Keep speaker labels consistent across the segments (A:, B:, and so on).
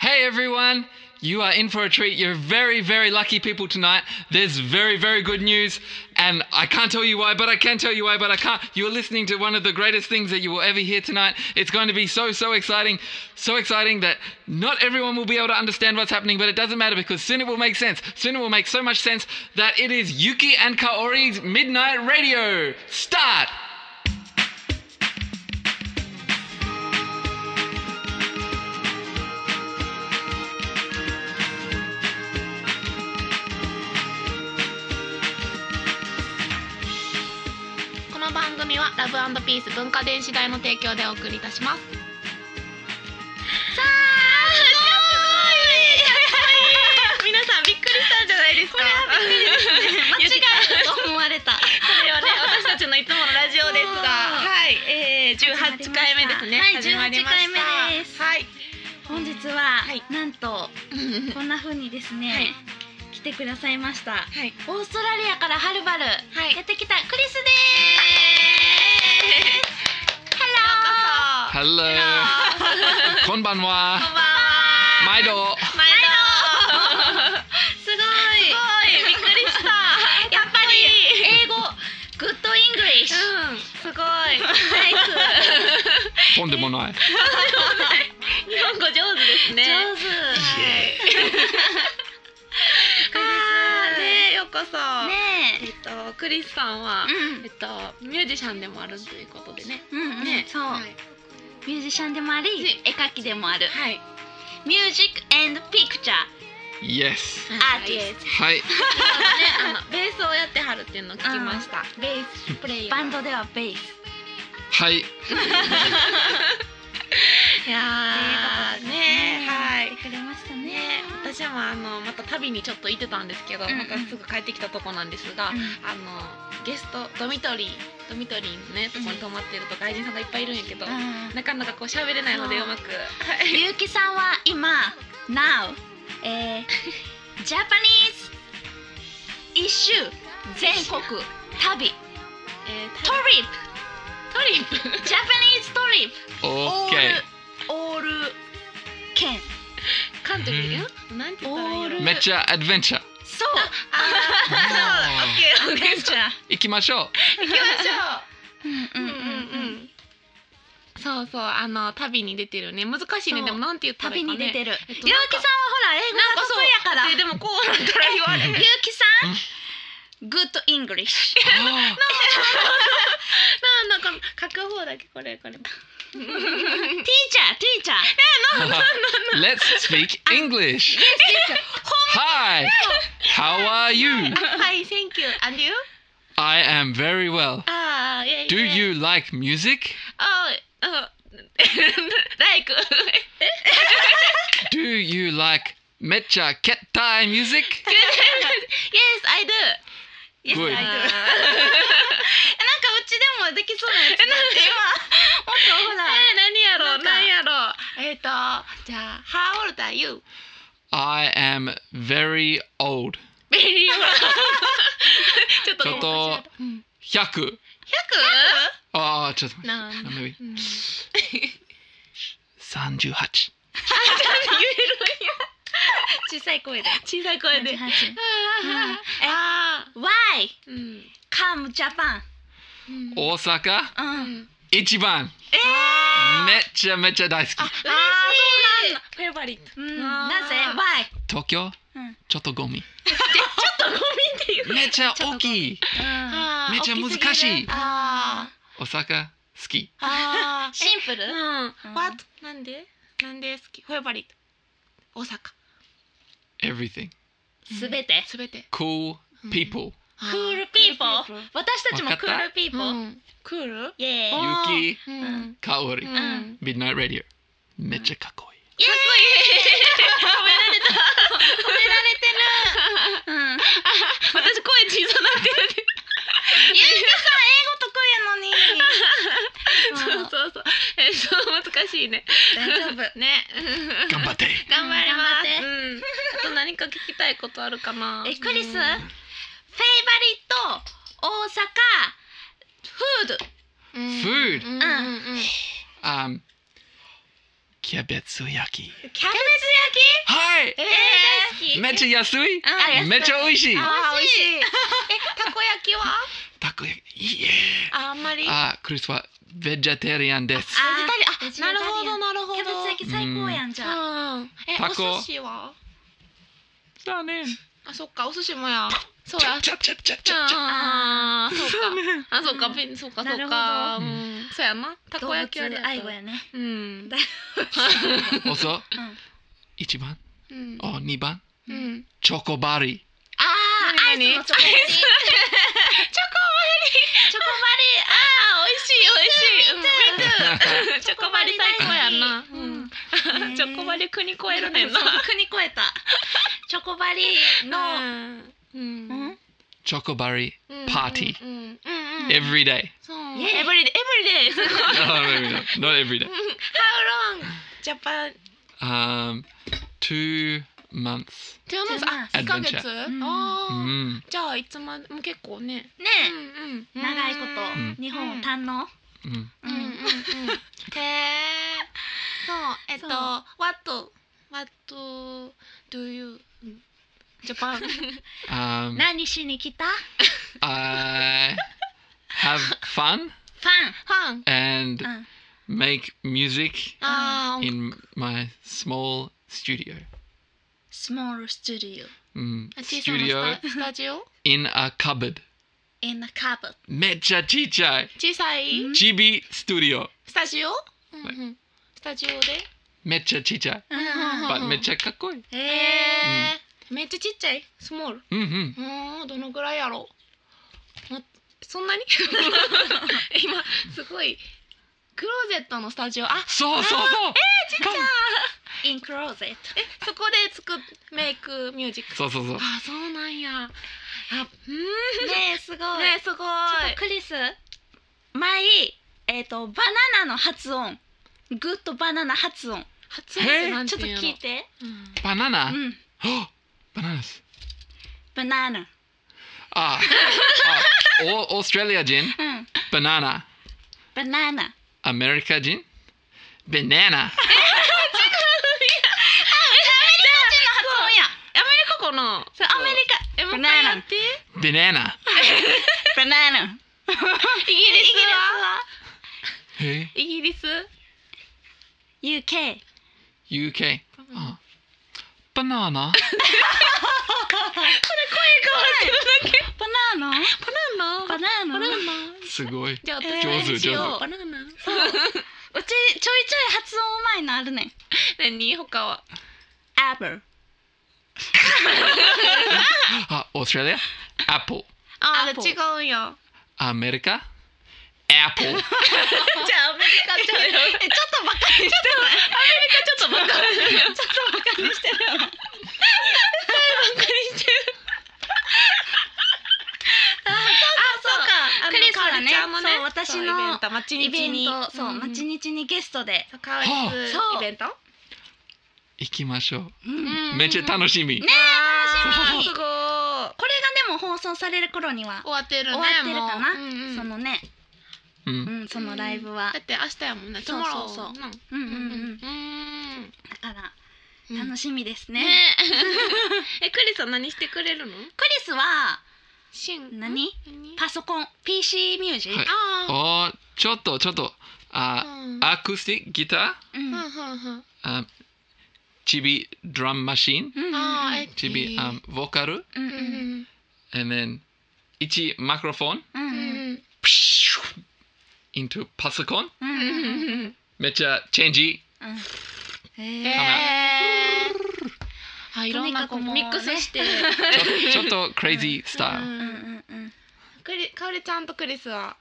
A: Hey everyone, you are in for a treat. You're very, very lucky people tonight. There's very, very good news, and I can't tell you why, but I can tell you why, but I can't. You're listening to one of the greatest things that you will ever hear tonight. It's going to be so, so exciting, so exciting that not everyone will be able to understand what's happening, but it doesn't matter because soon it will make sense. Soon it will make so much sense that it is Yuki and Kaori's Midnight Radio. Start!
B: この番組はラブピース文化電子代の提供でお送りいたします。さあ、すごい。
C: 皆さんびっくりしたんじゃ ないですか
B: これは
C: びっくりですね
B: 間違いと思われた。
C: こ れはね私たちのいつものラジオですが
B: うん
C: はい、えー、18回目ですね
B: はい
C: 始まりました
B: 18回目です
C: はい
D: 本日は、
C: はい
D: なん とこんな風にですね、
C: はい
D: 来てくださいました
C: はい
B: オーストラリアからはるばる
C: はい
B: やってきたクリスで
C: えー
B: す。ハ
A: Hello!
C: こんばんは
A: こんばんは。毎度。
C: 毎度
B: ロー。すごい。
C: すごいびっくりした
B: やっぱり英語グッドイングリッシュ。
C: うんすごい
B: ナイス
A: とんでもない。
C: 日本語上手ですね
B: 上手。
C: あーねようこそ
B: ね
C: えっとクリスさんは
B: え。うん
C: えっとミュージシャンでもあるということでね
D: うんうん
C: ね
B: そう
C: はい
B: ミュージシャンでもあり
C: ね
B: 絵描きでもある
C: はい
B: ミュージックピクチャー
A: Yes。
B: アーティス
A: はい。
C: ね、あのベースをやってはるっていうのを聞きました。ベースプレイヤ
B: ト
C: ー
B: バンドではベース
A: はい。
C: いやーねはい
D: 来。てくれましたね
C: ね私もあのまた旅にちょっと行ってたんですけど、
B: うんうん
C: またすぐ帰ってきたとこなんですが、あ
B: ん
C: のゲストドミトリードミトリーのねとこに泊まってると外人さんがいっぱいいるんやけど、なかなかこう喋れないので
B: そう
C: うまく
B: ゆうきさんは今 Now えー、ジャパニーズ一周全国旅ト
C: えート
B: リ
C: リ
B: ッ
C: トリップ
B: プジャパニーズトリップ Oh, eh,
A: OK。
C: オール
B: 県
C: カントリー、うん、なんて言ったらいい
B: オ
C: の
B: ール
A: めっちゃアドベンチャー。
B: そう
C: あー
A: Oh.
C: オッケーオッケー行きましょ
A: 行きましょう。
C: う
B: うんうんうんうん
C: そうそうあの旅に出てるね難しいね
B: そう
C: でもなんて言ったらいい
B: 旅
C: かね
B: に出てる、
C: えっ
B: ゆう
C: と
B: きさんはほら英語が得意やから
C: えでもこうなったら言われ
B: ゆう
C: る
B: きさん、グッドイングリッシュ。
A: あ
C: なんか書く方だけこれこれ
B: ティーチャー、ティーチャー。
A: ー Let's speak English. Hi. How are you?
C: はい thank you and you
A: I am very well.
C: ああ yeah
A: Do you like music?
C: ああ like
A: Do you like めっちゃけったい music?
C: yes I do
B: イエス
A: Good
B: アイドル なんかうちでもできそうなやつ。
C: えなんで
B: もっとほ
C: え
B: ら。
C: 何やろ
B: なん
C: う
B: か
C: 何やろうえっとじゃあ how old are you
A: I am very old.
C: ベリーちょっと
A: ちょっと
C: うん
A: 100。ああ、ちょっと待
C: 100? な
A: って。maybe
C: うん
A: 38。
B: 小さい声で。
C: 小さい声で。あ
B: Why
C: ーうん。
B: come Japan？
C: Mm.
A: 大阪
B: うん。
A: 一番。めっちゃめっちゃ大好き。
C: ああ、そうなんだ。フェバリット。
B: うん。
C: あー
B: なぜ Why？
A: 東京
B: うん
A: ちょっとゴミ。
C: ちょっとゴミっていう。
A: めっちゃ大き い。
B: うん
A: めっちゃ難しい
C: 大きすぎるあ
A: 大阪好き。
C: ーあー。
B: シンプル？
C: うんん。What？なんで？なんで好き？フェバリット。大阪。
A: Everything.
B: すべて。
C: すべて。
A: Cool
C: うん
A: people.
C: ク
B: Cool people。私たちも
A: わかっ
B: cool
A: た
B: people。
C: クール？
B: イエーイ。
C: うん
A: 雪、
C: うん。
A: 香
C: う
A: り、
C: ん。
A: Midnight Radio。めっちゃかっこいい。
B: イエーイ。褒められた。褒められてる。うん。
C: 私声小さなってる。
B: ゆうきさん英語得意やの
C: そうそ
B: に。
C: うそう。え、そう難しいね。
B: 大丈夫。
C: ね。
A: 頑張って。
C: 頑張りま
B: 頑張って
C: す。うん。あと何か聞きたいことあるかな。
B: えクリス、
C: う
B: フ
C: ん
B: ェイバリット大阪フード。
C: うん
A: Food
C: うんうんうん
A: Um, キャベツ焼き。
E: キャベツ焼き
A: はい
E: えー、
A: めっちゃ安い
E: あ安い
A: めっちゃ美味しい
C: Ah.
E: あー美味しいえたこ焼きは
A: たこ焼き、いいえ。
C: ああんまり
A: あ、クリスはベジャテリアンです。
C: Ah,
E: あ
C: ベ
B: ベ
C: ジ
B: ジ
C: タリアンあなる
B: タリアン
C: ほどなるほど
B: キャベツ焼き最高やんじゃあ
C: うんえ
A: タコ
C: お寿司は
A: そうね。
C: あそっかお寿司もやそう
A: ちゃ
C: や
A: っちゃっちゃっちゃっちゃっちゃ。
C: あーそ
A: そう
C: うか
A: ね。
C: あそうか
B: うん
C: べんそうか
B: な
C: そ
B: る
C: う
B: ほ
C: かう
A: ど
C: んそうやなた
B: 動
C: こ
B: 物
C: 焼きあれやったら
B: 愛護やね
C: うん
B: だ
A: おそ、
B: うん
A: 一番、
C: うん
A: お二番、
C: うん
A: チョコバリ。
E: あーアイ
C: 何
E: スの
C: 々
E: チョコバリチョコ
C: あー美味しい美味しいうんチョコバリ最高やんな
B: うん
C: うんチョコバリ国超えるねんな
B: そう国超えたチョコバリの
C: うん
B: うん
A: チョコバリ。
C: うん
A: パーティー
C: うんうんうん
A: every day.
C: そう
E: Yeah.
C: every day every day
A: No, maybe not. Not every day.
C: How long Japan
A: Um, two months.
C: じゃあまず
B: じゃあまあ
C: あ一ヶ月
A: Adventure
B: うん
C: あー
A: Mm.
C: じゃあいつまでも結構ね
B: ね
C: んう
B: 長いこ
A: ん
B: と日本を堪能
A: Mm.
C: うんうんうんへえそうえっと
B: そう
C: What What do you ジャパ ン
A: Um,
B: 何しに来た
A: I have fun
B: ファ
C: フ
B: ン
C: ァン
A: and
B: Mm.
A: make music
C: あー
A: in my small studio.
B: スモールスタジ
A: Mm.
C: 小さ
A: Studio
C: なスタスタジオ
A: in a cupboard.
B: オ in a cupboard
A: Mecha chichai.
C: 小さい
B: うん
A: Chibi studio.
C: スタジオうんうんスタジオで
A: Mecha chichai.
B: うんうんうん
A: But
C: うん
A: mecha kakoi.
B: え
C: へえめっちゃちっちゃいスモール
A: Mm-hmm.
C: うーんどのぐらいやろうもそんな に今すごいクローゼットのスタジオあ
A: So, so, so.
B: ー in closet
C: そこで作っメイクミュージック
A: So, so, so.
C: あそうなんやあうーんね
B: ねえすごい
C: えすごい
B: ちょっとクリス前えっ、とバナナの発音グッドバナナ発音
C: 初音ってなん
B: ち
C: て
B: ょっと
C: いうの
B: 聞いて
C: うん
B: う
A: Banana.
B: ん
A: Oh, bananas.
B: バナナ
A: Ah. oh, Australia gin.
B: うん
A: Banana.
B: バナナ
A: America gin. Banana.
B: 発音や
C: アメリカかな
B: それアメリカ
C: えもう一
B: バナ
C: 回
B: ナ
C: やって
A: Banana.
B: バナナ
C: イギリスは
A: Hey.
C: イギリス
B: UK
A: UK. Oh. Banana.
B: バナナ
C: バナナ
B: バナナ
C: バナナ
A: すごい。
C: じゃあ私
B: えー
C: は
A: 上手
C: 塩
A: 上手
C: バナナ
B: うちちょいちょい発音うまいのあるねん
C: 何他は
B: Apple
A: Ah, Australia. Apple.
C: あ
B: アポ
C: 違うんや
A: America. Apple.
C: じゃあアメリカちゃうよ
B: えちょっとバカにして
C: アメリカちょっとバカにしてる。ちょっとバカにしてる。バカにしてる。あ、そうか。
B: クリス
C: カ
B: はね
C: ルチャーの
B: そう私
C: そう
B: の
C: イベント町
B: ない
C: 日
B: イベ
C: に
B: ントそう
C: うん
B: 町日にゲストで
C: そうカウリス
B: はあ
C: イベント。
A: 行きましょう。
B: うん
A: めっちゃ楽しみ。
B: ねえ楽しみ
C: すごい。終
B: これがでも放送される頃には
C: わってるね。
B: 終わってるかな
C: もううんうん
B: そのね
A: うん。
B: うんそのライブは
C: だって明日やもんね。
B: そうそうそう
C: tomorrow な
B: うん
C: う
B: う
C: んん
B: うん
C: う
B: だから
C: ん。
B: 楽
C: し
B: しみですね、
C: ね。え、 クリスは何してくれるの？
B: クリスは
C: シン。
B: 何？パソコン PC ミュージック、
A: はい
C: あ
A: おちょっとちょっとあ、
C: あ。うん
A: アクースティックギタ
B: うん
C: う
B: う
C: う
B: んん
C: んうん。
A: ーあチビドラムマシン
B: うん
C: あーえ
A: チビ、あボーカル
B: うん
C: うんうん。
A: um, and then 1マクロフォン
B: うんうん
A: into パソコン
B: うん
C: うん
B: うん
C: うんうん
A: めっちゃチェンジ
B: えー
C: えー、あい
B: と
C: ろん
B: に
C: な
B: かく
C: こう
B: もう
C: ミックスして、
A: ちょちょっとクレイジースタイル
B: うんうんうん
C: クリかおりちゃんとクリスは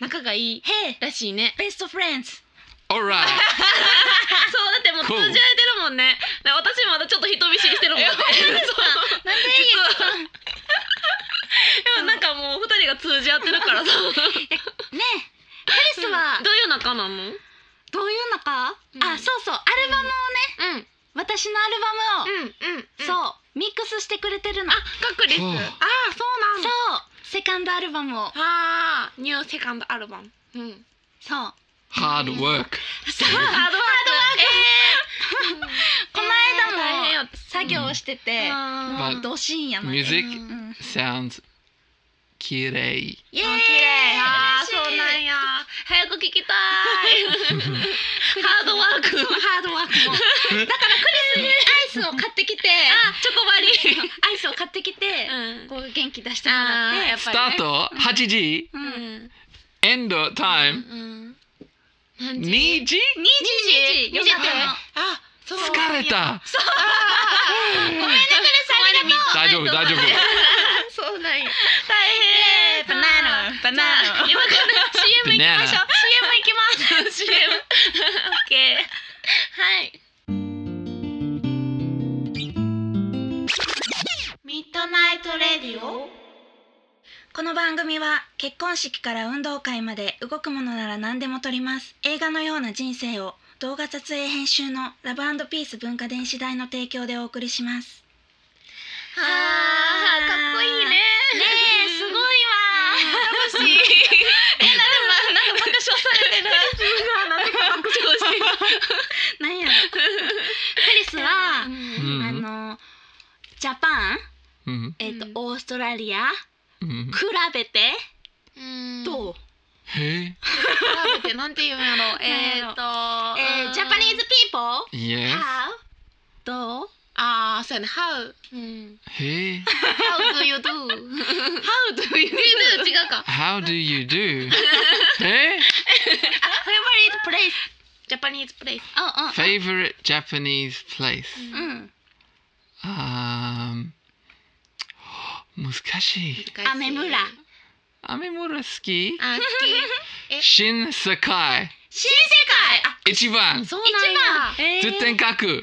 C: 仲がいい
B: Hey
C: らしいね
B: best friends
A: alright
C: あそうだってもう通じ合えてるもんねな私まだちょっと人見知りして るもんねそう
B: なんで
C: 実はでもなんかもう二人が通じ合ってるからさど
B: ねクリスは
C: ういう仲なのうん
B: どういうのか、
C: うん
B: あそうそうアルバムをね
C: うんうん
B: 私のアルバムを、
C: そう
B: そうミックスしてくれてるの
C: あかクリスあ
A: そう
C: ーそうなん
B: そ
C: だ
B: うセカンドアルバムを
C: あ ーニューセカンドアルバムうん
B: そう
A: ハードワーク
B: そうハードワーこの間も
C: 大変よ
B: 作業してて、
C: あ
B: もうドシーンやな、
A: music
B: うん
A: sounds きれい。
B: イエ
C: ー
B: ーイ
C: あー
B: 嬉しい
C: そうなんや早く聞きたいハードワーク
B: ハードワークもだからクリスにアイスを買って きて
C: チョコバリー
B: アイスを買ってきて、
C: うん
B: こう元気出しても
C: あー
B: ら
C: やって
B: っ
A: ス
C: ぱ
A: タ
C: り
A: ー
C: ね
A: ト8時、
B: う
C: うんん
A: エンドタイム
C: うん何時
A: 2時
B: 2時
C: 2時
B: よかったの
C: あそう
A: 疲れた。
C: ごめんねクレスあ
A: 大
C: り
A: 丈夫
C: がとう
A: 大丈夫。
C: そうなんや
B: 大変バナナバナナ
C: 今から CM 行きましょう CM 行きます CM オッケーはい
B: ミッドナイトレディオこの番組は結婚式から運動会まで動くものなら何でも撮ります映画のような人生を動画撮影編集のラブピース文化電子代の提供でお送りします
C: はあかっこいいね
B: ねえすご
C: 楽
B: いわ
C: しいえなんかなんか爆笑されてる爆笑してる
B: なんやろクリスは、
A: うん
B: あのジャパン、
A: うん
B: えっと
C: うん
B: オーストラリア
A: うん
B: 比べて
C: うん
B: どう、
A: へ
C: 調べてなんて言うんやろうえーっと
B: えージャパニーズピーポー
A: え。Yes。
B: How? どう
C: ああそうやね How うん
A: へえ。
C: How do you do How do you do 違うか
A: How do you do? へえ。
B: ?Favorite place?
C: ジャパニーズプレイス
B: あ、あ、
A: Favorite Japanese place?
B: うん。
A: Um, 難しい。
C: 難しい
B: 雨村
A: 雨村好き
C: あ好え
A: 新世界。
B: 新世界あ、
A: 一番
C: き。そう
B: 一
C: なんや
B: 番えー
A: 絶点書く。
C: 通
B: う
C: 天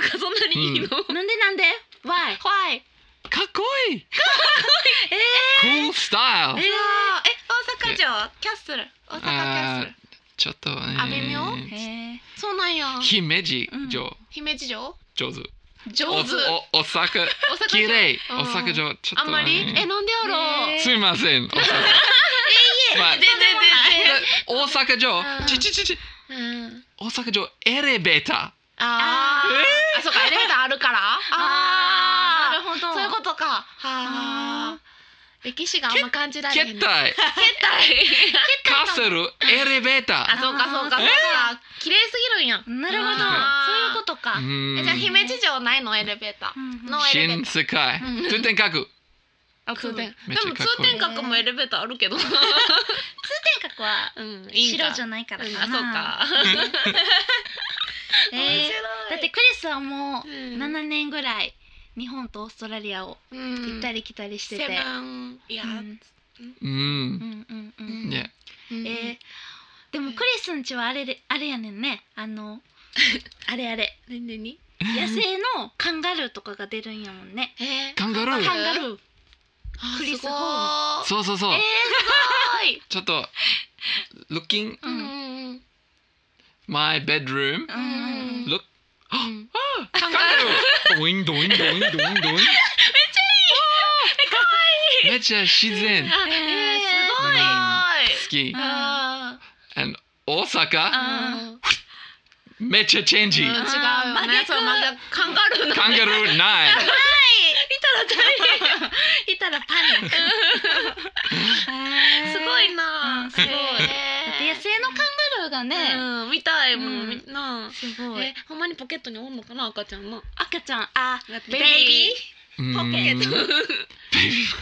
C: 閣がそんなにいいの
B: ん。なんでなんで ?Why?
C: 怖い
A: かっこいい。かっこいい。Cool style。
C: え大阪城キャッスル大阪キャッスル
A: あーちょっとね。
C: あ微妙
B: へえ。
C: そうなんや
A: 姫路城
C: 姫路城
A: 上手。
C: 上手
A: おおお 酒。
C: 大阪
A: き
C: 城
A: れい。
C: う
A: お
C: ん
A: 酒上ちょっと、ね。
C: あんまりえなんでやろう
B: ね
A: すいません。お酒 まあ
C: 全然
A: 大阪
C: うん
A: 城。ちちちち。
C: 全然うん
A: 大阪城エレベータ
C: あーあそうかエレベーターあるから
B: あー、な
C: あ
B: るほ
C: あ
B: ど。
C: そういうことかはあ
B: あ
C: 歴史があんま感じら
A: ー。
C: れへん
A: 決
C: ね
A: 体。カプセルエレベー
C: あ
A: タ
C: そうかそうかそうか
A: え
C: 綺麗すぎるんや
B: なるほど。
C: あー
B: そういうことか
A: ー。う。ん
C: えじゃあ姫路城ないのエレベーターのエレベー
A: 新
C: ター
A: 世界
C: うん。
A: 通天閣。
C: あ通天
A: めっち
C: で
A: ゃ
C: も
A: かっ
C: 通
A: こいい
C: 天閣もエレベーターあるけど
B: 天閣は
C: うんいいんか
B: 白じゃないから
C: うん
B: な。
C: あそうか
B: えーだってクリスはもう
C: うん
B: 7年ぐらい日本とオーストラリアを
C: 行
B: 行ったり来たりしてて。
C: セブンいや
B: うん
A: う。
B: うんんうんうん。
A: いや。
C: うん
B: えー、でもクリスんちはあれであれやねんねあ のあれあれ
C: 何何
B: 野生のカンガルーとかが出るんやもんね
C: えー
A: カンガル
B: カン
A: ー。
B: ガルー
C: あ
B: クリス
C: すご
B: ホー
C: ー
A: そうそうそう
C: えー。すごい
A: ちょっと。Looking
C: う
B: う
C: んんうん
A: my bedroom.
B: うんうんうん
A: Look.
C: う
A: あ
C: ん
A: あカンガルー。ドインドインドインドインドイン。めっちゃい Ah. い。めっちゃ自然。好
C: あ
B: えー
C: え
A: すごい
C: ー
A: き
B: う。ん
C: あ
A: And 大阪。
C: ー
B: あ
A: めっちゃチェンジ。
C: うん違う
A: カ
C: よね
B: 逆
C: そうまだカンガルーの
A: ンガル ーない。
B: いたらパニック
C: す
B: す
C: ごいな
B: う
C: あ
B: んすごい
C: え
B: 野
C: ー
B: 生のカンガルーがね、
C: うん見たいも
B: うん
C: んみなあ
B: すごい
C: えほんまにポケットにおんのかな赤ちゃんの
B: 赤ちゃんあベイ
A: ポ
B: ビポケッ
A: Mm.
B: ト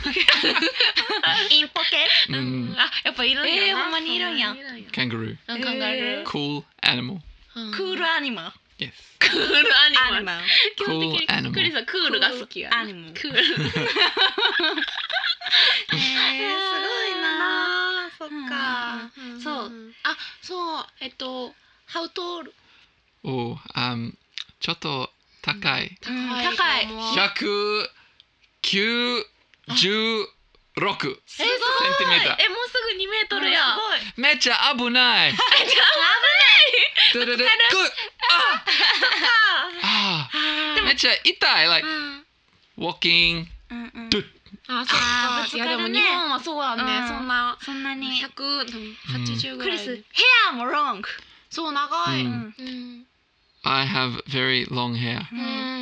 B: ーインポケ
A: うん
B: Mm.
C: あやっぱいるんやな
B: えーほんまにいるん
C: ほ
B: や
C: まにいるんや
A: カンガルー。
C: うんカンガルー
A: Cool animal.
C: うん
B: クールアニマル
A: Yes.
C: クールアニマル
B: マル
C: 基本的
A: Cool animal.
C: にクリスはクールが好きや
B: アニマル
C: クールえーすごいなあ そっか
B: そう
C: あそうえっとハウトール
A: お、あん、ちょっと高い。
B: うん
C: 高い
A: 百九十六。
C: す
A: セン
C: ごい
A: チメーター
C: えもうすぐ2メートルや
B: すごい
A: めっちゃ危ない。 危ない。ででで、あ、あ
B: あ
A: ー、めっちゃ痛い。like
C: うん、
A: walking
B: ーうんうん
A: ど
C: あ
B: あ
C: そっ
B: ーぶつ
C: か
B: か
C: い
B: る
C: や
B: ね
C: でも日本はそうやんね、
B: うん
C: そんな
B: そんなに
C: 180ぐ
B: ク
C: らい
B: リスヘアもロング
C: そう長い、
A: う
C: うんん
B: う
C: う
B: ん
C: ん
A: Mm. I have very long hair
B: うん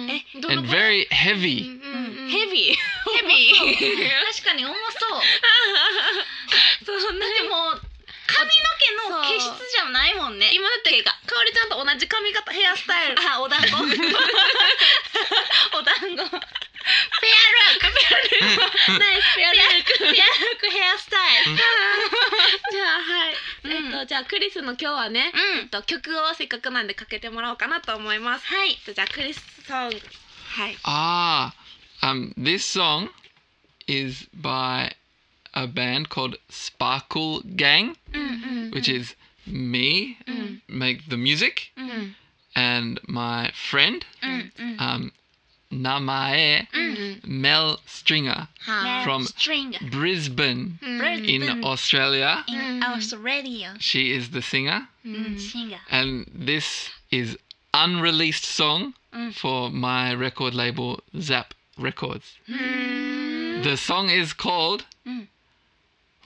C: うん
B: え
C: どの
A: and
C: くらい
A: very
C: うん
A: heavy.
C: うんうん
E: ヘ ビー
C: ヘビ ー
B: 確かに重そう
C: そんな
B: でも髪の毛の毛質じゃないもんね
C: 今だってかおりちゃんと同じ髪型ヘアスタイル
B: あ お団子お団
C: ペア
B: 子
C: ルックペアルックナイスペアルック
B: ヤルクヘアスタイル
C: じゃあはい、
B: うん
C: えっとじゃあクリスの今日はね、えっと曲をせっかくなんでかけてもらおうかなと思いますはい、えっと、じゃあクリスソングはい
A: Ah, um, this song is by a band called Sparkle Gang,
B: うん
A: which is me
C: Mm.
A: make the music
B: うんうん
A: and my friend
B: うんうん
A: um, Namae
C: う
B: うん
C: ん
A: Mel Stringer
C: は
A: From-
B: string
A: Brisbane
C: い、うん
B: ブレイ
A: in
B: Mm.
A: Australia.
C: う
B: in
C: ん
B: Australia
A: She is the singer
C: うん
B: シンガー
A: and this is unreleased song
B: Mm.
A: for my record label Zap Records.
C: うん
A: The song is called
B: Mm.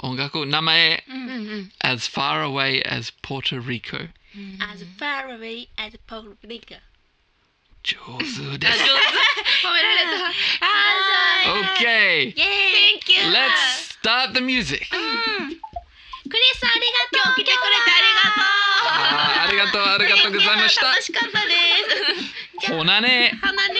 A: Ongaku Namae
C: うんうん、
A: As Far Away as Puerto Rico.
B: as far away as Puerto Rico
A: 上手です。
C: あ上手褒められ た
B: あ
C: あ
A: okay,
B: イエーイ
C: Thank you
A: let's start the music.
B: クリスありがと
C: 今
B: う
C: 日来てくれて
A: ありがとうありがとうございました
B: いや楽しかったです
A: ほなね。
B: 花ね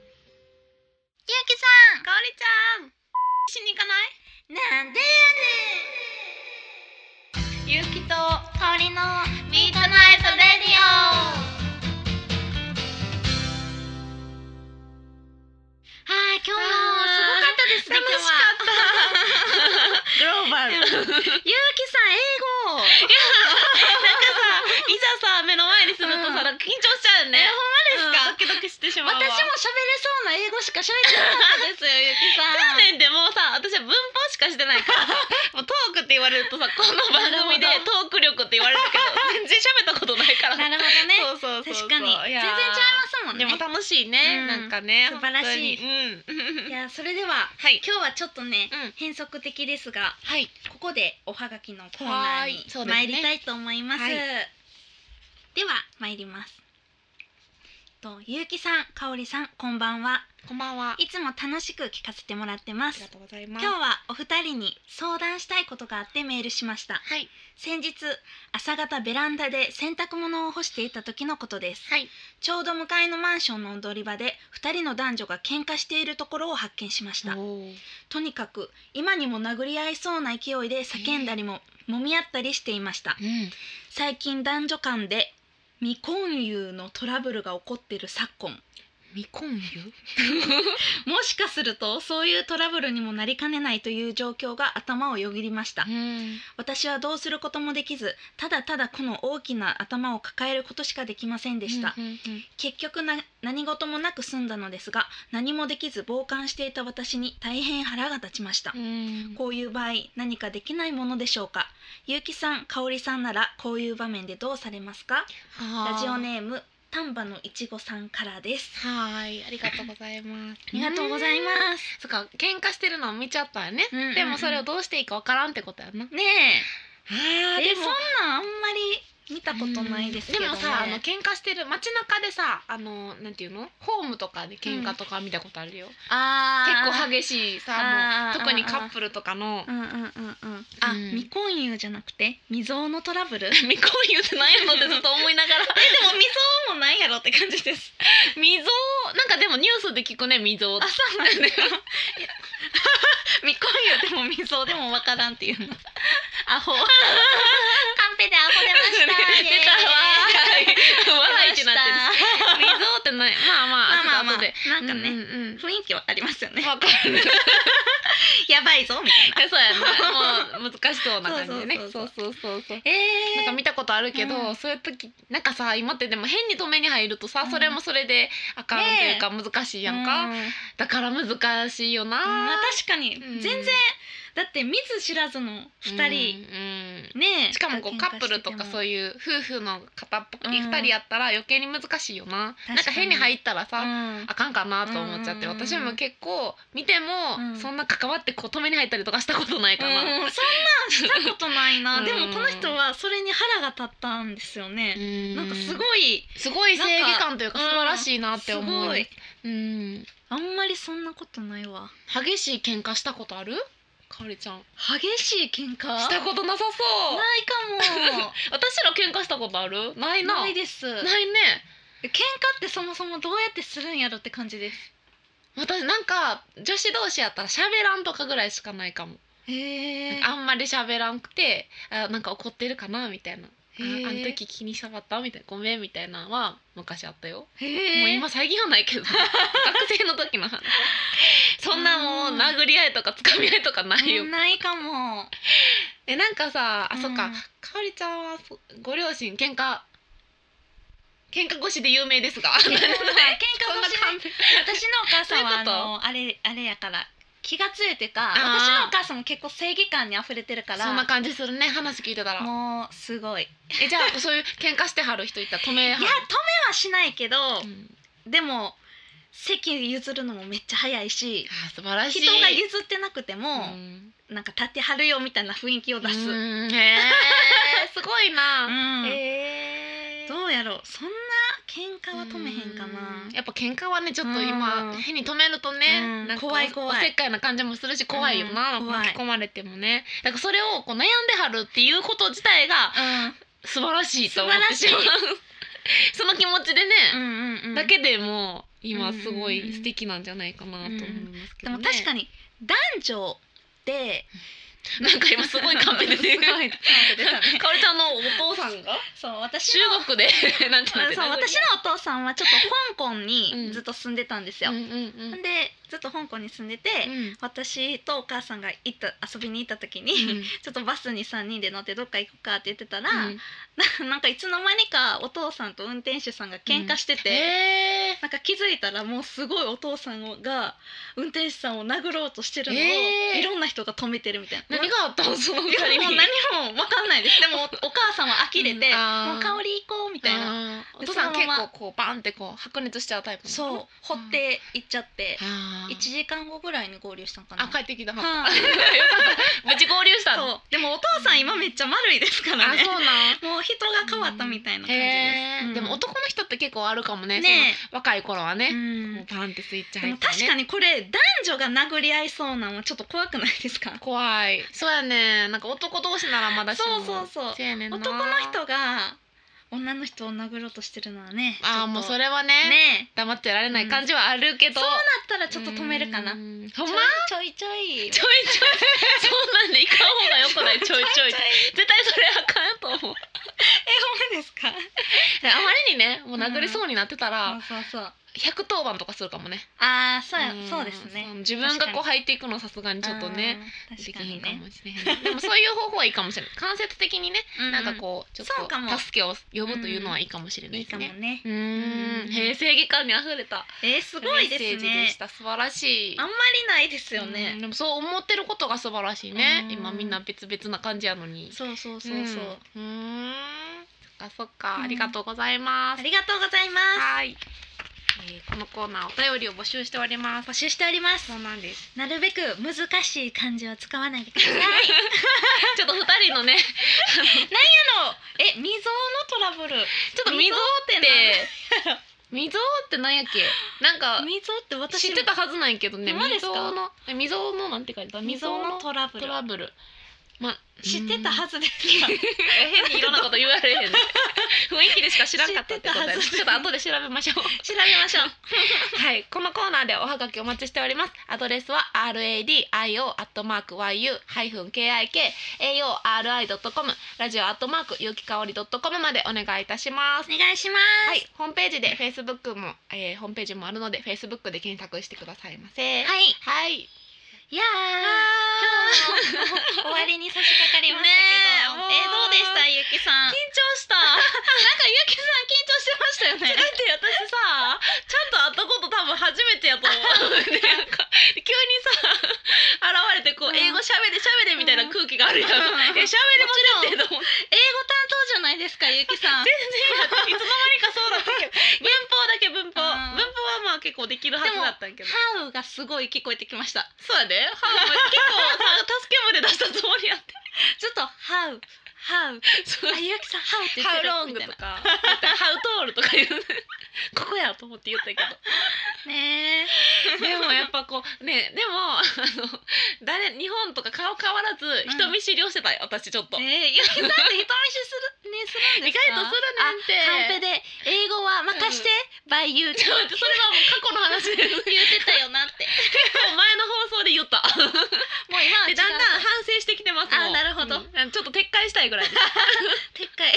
B: ゆうきさんかおりちゃんしに行かないなんでやねんゆうきとかおりのミートナイトレディオはい今日もすごかったですね
C: 楽し
B: グローバルゆうきさん英語いやなんかさいざさ目の前にするとさ、なんか緊張しちゃうよね
C: ほんまですか、ドキドキしてしまうわ
B: 私も喋れそうな英語しか喋ってなかったですよゆきさ
C: 去
B: ん
C: 年でもうさ私は文法しかしてないから もうトークって言われるとさこの番組で
B: なるほ
C: トーク力って言われるけど全 然喋ったことないから
B: なるほどね
C: そうそうそうそう
B: 確かに
C: い
B: 全然違い
C: やー
B: ますもんね
C: でも楽しいね、
B: うん
C: なんかね
B: 素晴らしい
C: 本当にうん
B: いやそれでは
C: はい
B: 今日はちょっとね、
C: うん
B: 変則的ですが
C: はい
B: ここでおはがきのコーナー
C: はーいそう
B: に
C: ですね
B: 参りたいと思います
C: はい
B: では参りますとゆうきさんかおりさんこんばんは
C: こんばんはあ
B: いつも楽しく聞かせてもらってま
C: り
B: す
C: がとうございま
B: 今
C: す
B: 日はお二人に相談したいことがあってメールしました
C: はい
B: 先日朝方ベランダで洗濯物を干していた時のことです
C: はい
B: ちょうど向かいのマンションの踊り場で2人の男女が喧嘩しているところを発見しました
C: おー
B: とにかく今にも殴り合いそうな勢いで叫んだりも揉み合ったりしていました
C: うん
B: 最近男女間で未婚友のトラブルが起こっている昨今
C: 未婚湯
B: もしかするとそういうトラブルにもなりかねないという状況が頭をよぎりました
C: うん
B: 私はどうすることもできずただただこの大きな頭を抱えることしかできませんでした、
C: うんうんうん
B: 結局な何事もなく済んだのですが何もできず傍観していた私に大変腹が立ちました、
C: うん
B: こういう場合何かできないものでしょうか結城さん香織さんならこういう場面でどうされますか
C: あー
B: ラジオネーム丹波のいちごさんからです
C: はーいありがとうございます
B: ありがとうございます、
C: すそっか喧嘩してるのを見ちゃったよね
B: うんうんうん
C: でもそれをどうしていいかわからんってことやな
B: ね
C: あ
B: ええそんなんあんまり見たことないですけど、ね
C: でもさあの喧嘩してる街中でさあのなんていうのホームとかで喧嘩とか見たことあるよ、
B: あ
C: 結構
B: し
C: 激
B: い
C: しいさ
B: あー
C: もう特にカップルとかの
B: うんうんうんうんあ、
C: うん
B: 未婚湯じゃなくて未曾有のトラブルえで も
C: 未婚湯って何や ろってずっと思いながら
B: 未曾有もないやろって感じです
C: 未曾有なんかでもニュースで聞くね未曾有って
B: そうなんだよ未婚湯でも未曾有でもわからんっていう のアホ
E: カンペでアホ出ま した
C: 出たわーいわーいってなってる
B: 出ました
C: 未曾有ってないまあまあ
B: まあまあまあ
C: 後で
B: なんかね、
C: うんうん
B: 雰囲気はありますよね
C: わかる
B: やばいぞみたいな
C: そうやなもう難しそうな感じでね
B: そうそう
C: そうそうそうなん
B: え
C: か見たことあるけど、
B: うん
C: そういう時なんかさ今ってでも変に止めに入るとさ、
B: うん
C: それもそれであかんというか難しいやんか、
B: うん
C: だから難しいよな、
B: まあ確かに、
C: うん
B: 全然だって見ず知らずの2人、、
C: うん
B: ねえ
C: しかもこうカップルとか
B: う
C: そういう夫婦の片っぽ
B: うん
C: 2人やったら余計に難しいよな、
B: かに
C: なんか変に入ったらさ、
B: ん
C: あかんかなと思っちゃって、
B: うん
C: 私も結構見て
B: う
C: も
B: ん
C: そんな関わってこう止めに入ったりとかしたことないかな、
B: うん、そんなんしたことないな、
C: うん
B: でもこの人はそれに腹が立ったんですよね、なんかす
C: い
B: ごい
C: すごい正義感というか
B: な
C: 素
B: んか
C: 晴らしいなって思う、
B: すごい
C: うん、
B: あんまりそんなことないわ
C: 激しい喧嘩したことあるかおりちゃん
B: 激しい喧嘩な
C: したことなさそう
B: い かも
C: 私ら喧嘩したことあるないな
B: ないです喧嘩
C: ないね
B: ってそもそもどうやってするんやろって感じです
C: 私なんか女子同士やったら喋らんとかぐらいしかないかも、
B: へえ
C: あんまり喋らんくてあなんか怒ってるかなみたいな、あ
B: へえ
C: あの時気に障ったみたいなごめんみたいなのは昔あったよ、
B: へえ
C: もう今最近はないけ ど学生の時の話そんなもう殴り合いとか掴み合いとかないよ
B: ないか も
C: えなんかさあ、
B: うん
C: そっかかおりちゃんはそご両親喧嘩喧嘩腰で有名ですが
B: 喧嘩腰で
C: そんな感じ
B: 私のお母さんは
C: そういうこ
B: あ
C: と
B: のあれあれやから気が強いというか
C: あー
B: 私のお母さんも結構正義感に溢れてるから
C: そんな感じするね話聞いてたら
B: もうすごいい
C: えじゃあそういう喧嘩してはる人いったら止め
B: や
C: は
B: 止
C: る
B: めはしないけど、
C: うん
B: でも席譲るのもめっちゃ早いし
C: あー素晴らしい
B: 人が譲ってなくても、
C: うん
B: なんか立ってはるよみたいな雰囲気を出す、
C: う
B: うん
C: んへーすごいな、え
B: どうやろうそんな喧嘩は止めへんかな、
C: やっぱ喧嘩はねちょっと今、
B: うん
C: 変に止めるとね、
B: うん
C: なんか
B: 怖い怖い
C: おせっかいな感じもするし怖いよな、
B: うん怖い
C: 巻き込まれてもねだからそれをこう悩んではるっていうこと自体が素晴らしいと思ってしまう
B: 素晴
C: その気持ちで
B: う
C: ね、
B: んうんうん
C: だけでも
B: う
C: 今
B: んうんうん
C: すごい素敵なんじゃないかなと思いますけ
B: で
C: ど、ね
B: も確かに男女で
C: なんか今すごいカンペ出てる
B: す ごいカンペ出たね
C: かおりちゃんの お父さんが
B: そう私
C: 中
B: の
C: 国 でなんて
B: そう
C: なんて
B: 私のお父さんはちょっと香港にずっと住んでたんですよ。
C: うんうん
B: ほ
C: うんん
B: でずっと香港に住んでて、
C: うん
B: 私とお母さんが行った遊びに行った時に、
C: うん
B: ちょっとバスに3人で乗ってどっか行くかって言ってたら、
C: うん
B: ななんかいつの間にかお父さんと運転手さんが喧嘩してて。
C: え
B: なんか気づいたらもうすごいお父さんが運転手さんを殴ろうとしてるのを、
C: えー
B: いろんな人が止めてるみたいな。
C: ー、何があったのその二
B: いや
C: 人
B: もう
C: に
B: 何も分かんないですで もお母さんは呆れて「
C: うんあー
B: もう香り行こう」みたいな
C: あーお
B: で
C: 父さん
B: その
C: 結
B: まま
C: 構こうバンってこう白熱しちゃうタイプなの
B: そう掘って行っちゃって
C: あー
B: 1時間後ぐらいに合流したんかな
C: あ帰ってきた、よかっ
B: はい
C: た無事合流したの
B: そうでもお父さん今めっちゃ丸いですから
C: あ
B: ね
C: そうなん
B: もう人が変わったみたいな感じ
C: へー
B: です
C: でも男の人って結構あるかもね
B: ねね
C: その若い頃は
B: えう
C: ね、
B: ん
C: もうパンってスイッチ
B: で
C: 入
B: も
C: って、ね、
B: 確かにこれ男女が殴り合いそうなのはちょっと怖くないですか
C: 怖いそうやねなんか男同士ならまだしも
B: そうそうそう
C: せやねんな
B: 男の人が女の人を殴ろうとしてるのはね
C: ああもうそ
B: れ
C: れはね
B: ね
C: 黙ってられない感じはあるけ
B: え
C: ど、
B: そうなったらちょっと止めるかな
C: う
B: ち
C: んほ
B: ょい
C: んま
B: ちょいちょ
C: ちょい
B: い
C: ちょいそうなんで行かん方がよくないちょいちょいって絶対それあかんと思う
B: えほんまですか
C: あまりにねもう殴りそうになってたら、
B: そうそうそう
C: 110番とかするかもね
B: ああそうや
C: ん
B: そうですね
C: その自分がこう入っていくのさすがにちょっとね
B: うん
C: で
B: 確
C: き
B: か
C: へん
B: に
C: か
B: ね
C: もしれへんでもそういう方法はいいかもしれない間接的にねなんかこうちょっ
B: そうかも
C: と助けを呼ぶというのはいいかもしれ
B: う
C: なんい
B: いい
C: です
B: かも
C: ね。
B: ね
C: うー
B: うん
C: ん、平成期間に溢れた
B: えー、す
C: す
B: ごいです
C: メッセージで
B: ね
C: した。素晴らしい
B: あん。まりないですよ
C: う
B: ね
C: んでもそう思ってることが素晴らしいね
B: う。ん
C: 今みんな別々な感じやのに。
B: そうそうそうそう、
C: うん。うーんそっかそっ
B: うん
C: か。ありがとうございま
B: あ
C: す。
B: りがとうございます
C: はい。えーこのコーナーお便りを募集しております。
B: 募集しております
C: そうなんです。
B: なるべく難しい漢字を使わないでください
C: ちょっと二人 のね、
B: あの え未曾有のトラブル
C: ちょっと溝って 溝ってなんやっけ？なんか
B: 未曾有って私
C: 知ってたはずなんやけどね。
B: ほんまで
C: 未
B: すか
C: 曾有のえ未曾有のなんて書いてた？
B: 未
C: 未曾
B: 曾有
C: 有
B: の
C: の
B: トラブル
C: トラブル。ま、
B: 知ってたは
C: ず。
B: ずです が
C: 変にいろんなこと言わ れへんね。雰囲気でしか知らんかったってことやね
B: 知って
C: ちょったと
B: はず
C: 後で調べましょう。
B: 調べましょう
C: はい、このコーナーでおはがきお待ちしております。アドレスは r a d i o アットマーク y u ハイフン k i k a o r i ドットコムラジオアットマーク有機香りドットコムまでお願いいたします。
B: お願いします、
C: はい、ホームページで Facebook も、えー、ホームページもあるので Facebook で検索してくださいませ。
B: はい、い
C: はい。
B: や ー今日も終わりに差し掛かりましたけど、
C: ね
B: え
C: えもう
B: どうでしたゆきさん
C: した。
B: なんかゆきさん緊張してました
C: だ
B: よね。
C: って私さちゃんと会ったこと多分初めてやと思うなんか急にさ現れてこう
B: うん
C: 英語喋れ喋れみたいな空気があるやん、
B: うん
C: え喋れませんってと思って
B: 英語担当じゃないですかゆきさん。で
C: いつの間にかそうだったけど文法だけ文法、
B: う
C: 文
B: ん
C: 法はまあ結構できるはずだったんやけど
B: ハウがすごい聞こえてきました。
C: そうやでハウも結構さ助け舟出したつもりやっ て
B: ずっとハウハウ
C: そう
B: あゆきさんハウって言っ
C: ハウ
B: て
C: ロ
B: る
C: ング
B: みたい
C: と
B: な。
C: かハウトールとか言うここやと思って言ったけど
B: ね え。
C: でもやっぱこうねでもあの誰日本とか顔変わらず人見知りをしてたよ、私ちょっと。
B: ええゆきさんって人見知りするねするん
C: 意
B: です
C: 外
B: か。
C: とするなんて。
B: カンペで英語は任して、バイユーって
C: ちょっと待ってそれはもう過去の話 です。
B: 言ってたよなって。
C: 前の放送で言った。
B: もう今は違
C: で
B: う
C: だんだん反省してきてますもん。
B: あなるほど
C: うんちょっと撤回したいぐ らいで
B: でっかい。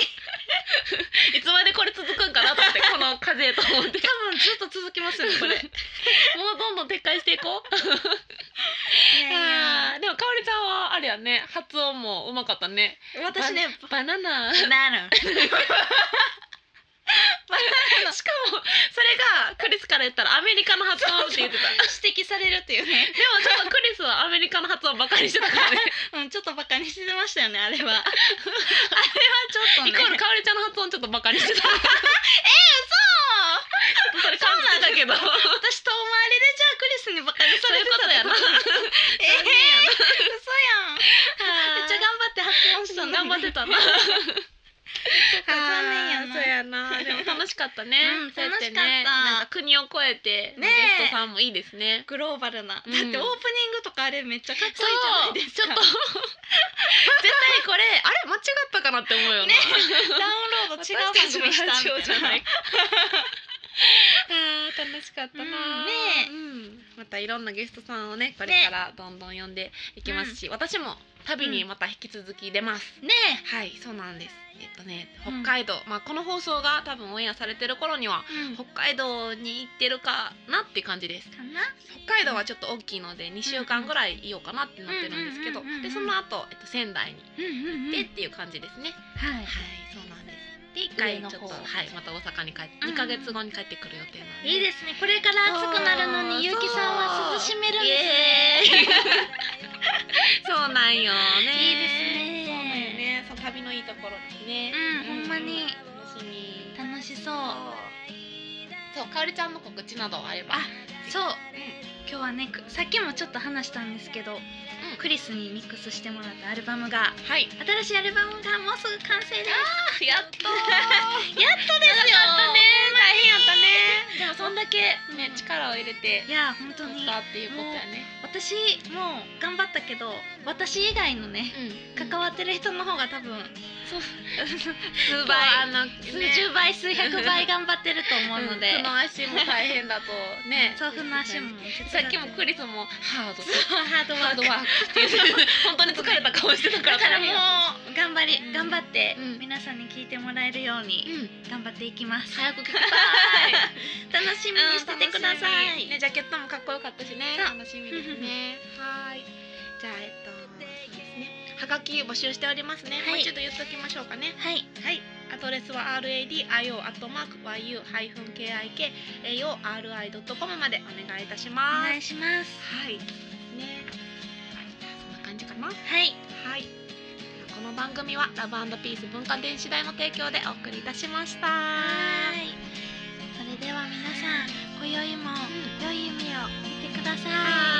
C: す。いつまでこれ続くんかなと 思ってこの風と思って。
B: 多分ずっと続きますよねこれ。い
C: もうどんどん撤回していこう。
B: やいや
C: あーでもかおりちゃんはあれやね発音もうまかったね。
B: 私ね。
C: バナナ。
B: なる。
C: しかもそれがクリスから言ったらアメリカの発音って言ってた。
B: 指摘されるっていうね。
C: でもちょっとクリスはアメリカの発音ばかりしてたからね。
B: うん、ちょっとバカにしてましたよね、あれは。あれは ちょっとね。
C: イコールかおりちゃんの発音ちょっとばかりしてた。 それ感じてたけど。
B: そう私遠回りでじゃあクリスにバカにされ
C: そうい
B: てたってこと
C: うこと
B: やな。 ええ嘘 やん。めっちゃ頑張って発音したのに
C: 頑張ってたな。
B: 残念やな
C: そうやな。 でも楽しかったね。
B: うん
C: そうやて
B: 楽しかった
C: ねなんか国を越えて
B: ね
C: ゲ
B: え
C: ストさんもいいですね。
B: グローバルな。だっ
C: うん
B: てオープニングとかあれめっちゃかっこ
C: そ
B: いいじゃな
C: う
B: いです
C: ちょっ
B: か。
C: と絶対これあれ間違ったかなって思うよな。
B: ねダウンロード違う番 組したみたいな。
C: あー楽しか ったな
B: うんねえ
C: うんまたいろんなゲストさんをねこれからどんどん呼んでいきますし、私も旅にまた引き続き出ます、
B: ね
C: はいそうなんですえっとね北海道、まあこの放送が多分オンエアされてる頃には
B: え。うん
C: 北海道に行ってるかなって感じです
B: かな。
C: 北海道はちょっと大きいので2週間ぐらいいようかなってなってるんですけど
B: うんうんうんうんう
C: で
B: ん
C: その後、えっと仙台に
B: うんうん
C: 行って
B: で、
C: っていう感じですね、
B: はい。
C: はい、そうなんです。で、一回ちょっと、
B: 上の方
C: はい、また大阪に帰って、
B: うん
C: 二ヶ月後に帰ってくる予定なんで。
B: いいですね。これから暑くなるのに、ゆ
C: そう
B: きさんは涼しめるんで
C: イ
B: す
C: エ
B: ね。
C: ーイ そうなんよね。
B: いいですね
C: そうなんよね。そう、旅のいいところですね。
B: うんほんまに
C: 楽しみ。
B: 楽しそう。
C: そう、かおりちゃんの告知などあれば。
B: あそう、今日はね、くさっきもちょっと話したんですけど、クリスにミックスしてもらったアルバムが
C: はい。
B: 新しいアルバムがもうすぐ完成です。
C: やっと。
B: やっとですよ。
C: 大変やったね。 でも、そんだけ、ね、力を入れて
B: い。や本当
C: やっ
B: に
C: たっていうことやね。
B: 私もう頑張ったけど私以外のね
C: うん
B: 関わってる人の方が多分
C: そう
B: 数
C: こうあ
B: 倍
C: の
B: 数
C: ね
B: 十倍数百倍頑張ってると思うので
C: うん、その足も大変だとね
B: そうふの足も
C: さっきもクリスもハード
B: そうハードワ
C: ハー
B: ー
C: ド
B: ク
C: ワークっていう本当に疲れた顔してたから
B: だから
C: 大変や
B: もう頑張り頑張って
C: うん
B: 皆さんに聞いてもらえるように
C: うん
B: 頑張っていきます
C: 早く聞きたい
B: 楽楽しみにしててください。
C: ねジャケットもかっこよかったしね。
B: そう
C: 楽しみですね。はーい。じゃあえっとそうですね。はがき募集しておりますね。
B: はい
C: もう一度言っときましょうかね。
B: はい、
C: はい。アドレスは radio アットマーク yu ハイフン k i k a o r i ドットコムまでお願いいたし
B: お
C: ます。
B: 願いします。
C: はい。ね。はい。じゃあそんな感じかな。
B: はい、
C: はい。この番組はラブピース文化電子代の提供でお送りいたしました。
B: はーい。それでは皆さん、今宵も良い夢を見てください。